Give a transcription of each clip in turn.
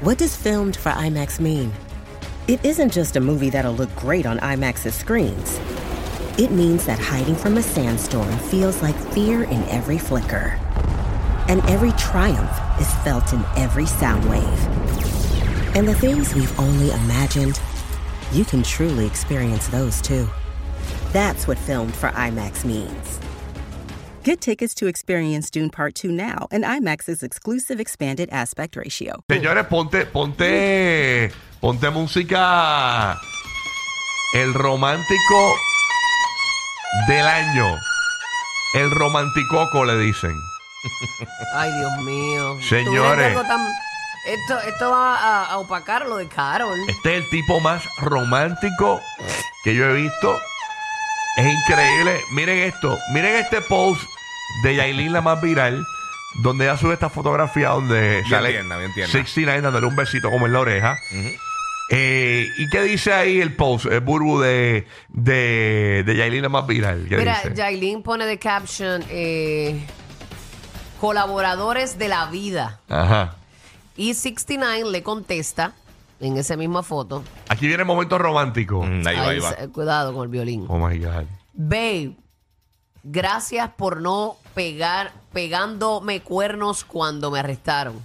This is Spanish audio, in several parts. What does filmed for IMAX mean? It isn't just a movie that'll look great on IMAX's screens. It means that hiding from a sandstorm feels like fear in every flicker. And every triumph is felt in every sound wave. And the things we've only imagined, you can truly experience those too. That's what filmed for IMAX means. Get tickets to experience Dune Part 2 now and IMAX's exclusive expanded aspect ratio. Señores, ponte, ponte, ponte música. El romántico del año. El romanticoco le dicen. Ay, Dios mío. Señores. Tú ves algo tan- Esto, esto va a, a opacar lo de Carol. Este es el tipo más romántico que yo he visto. Es increíble. Miren esto. Miren este post de Yailin, la más viral, donde ella sube esta fotografía donde Bien sale tierna, bien tierna. 69 dándole un besito como en la oreja. Eh, ¿Y qué dice ahí el post, el burbu de, de, de Yailin, la más viral? ¿Qué Mira, dice? Jailin pone de caption eh, colaboradores de la vida. Ajá. Y 69 le contesta en esa misma foto. Aquí viene el momento romántico. Mm, ahí va, Ay, ahí va. se- Cuidado con el violín. Oh my God. Babe, gracias por no pegar pegándome cuernos cuando me arrestaron.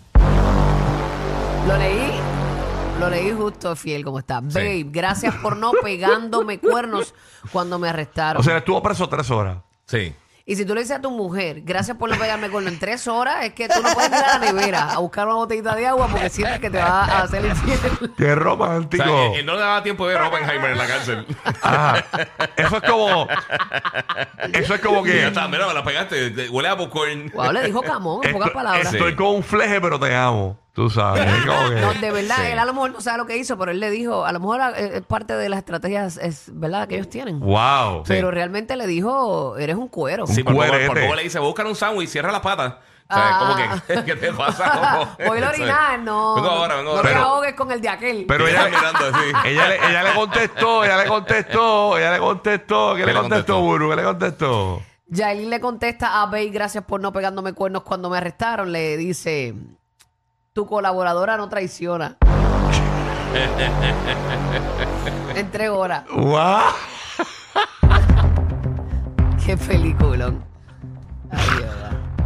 Lo leí. Lo leí justo fiel como está. Babe, gracias por no pegándome cuernos cuando me arrestaron. O sea, estuvo preso tres horas. Sí. y si tú le dices a tu mujer, gracias por no pegarme cuernos en tres horas, es que tú no puedes ir a la nevera a buscar una botellita de agua porque sientes que te va a hacer infiel. ¡Qué O romántico! sea, él, él no le daba tiempo de ver a Oppenheimer en la cárcel. Ajá. Eso es como. Eso es como Y ya que. está, mira, me la pegaste. te- Huele a popcorn. Wow, le dijo camón, en Esto- pocas palabras. Estoy con un fleje, pero te amo. Tú sabes. es como que- No, de verdad, Eh, Sí. él a lo mejor no sabe lo que hizo, pero él le dijo, a lo mejor eh, es parte de las estrategias, es ¿verdad? Que ellos tienen. Wow. Sí. Pero realmente le dijo, eres un cuero. Sí, por poco, Cuérete. por poco le dice, buscan un sándwich, cierra las patas. O sea, Ah. como que, ¿qué te pasa? Voy a orinar, no. Vengo ahora, vengo no ahora. te Pero- ahogues con el de aquel. Pero Ella ella, mirando así. ella, le, ella le contestó, ella le contestó, ella le contestó. ¿Qué le contestó, Buru? ¿Qué le contestó? Yaelin le contesta a Bey, gracias por no pegándome cuernos cuando me arrestaron. Le dice, tu colaboradora no traiciona. en tres horas. ¡Wow! Qué peliculón. Ay, Dios.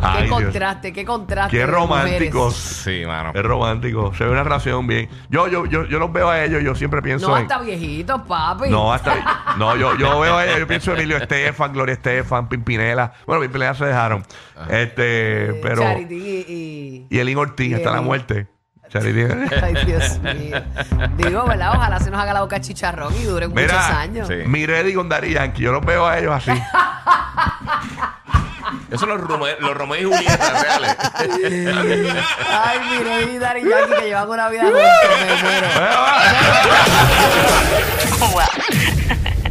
Ay, Qué Dios. contraste, qué contraste. ¡Qué de mujeres. románticos! Sí, mano. Es romántico. Se ve una relación bien. Yo, yo, yo, yo los veo a ellos, yo siempre pienso No, en. hasta viejitos, papi. No, hasta. No, yo, yo veo a ellos, yo pienso en Emilio Estefan, Gloria Estefan, Pimpinela. Bueno, Pimpinela se dejaron. Este, Eh, pero. Charity y... y- Y Elin Ortiz, Y hasta la Elin. muerte. Charity. Ay, Dios mío. Digo, ¿verdad? Ojalá se nos haga la boca chicharrón y dure muchos Mira, años. sí. Miredi con Dari Yankee. Yo los veo a ellos así. Esos son los, Rome- los Romeo y Julieta reales. Ay, mire, y Dari y Yankee que llevan una vida juntos, me muero. ¡Veo a- Wow.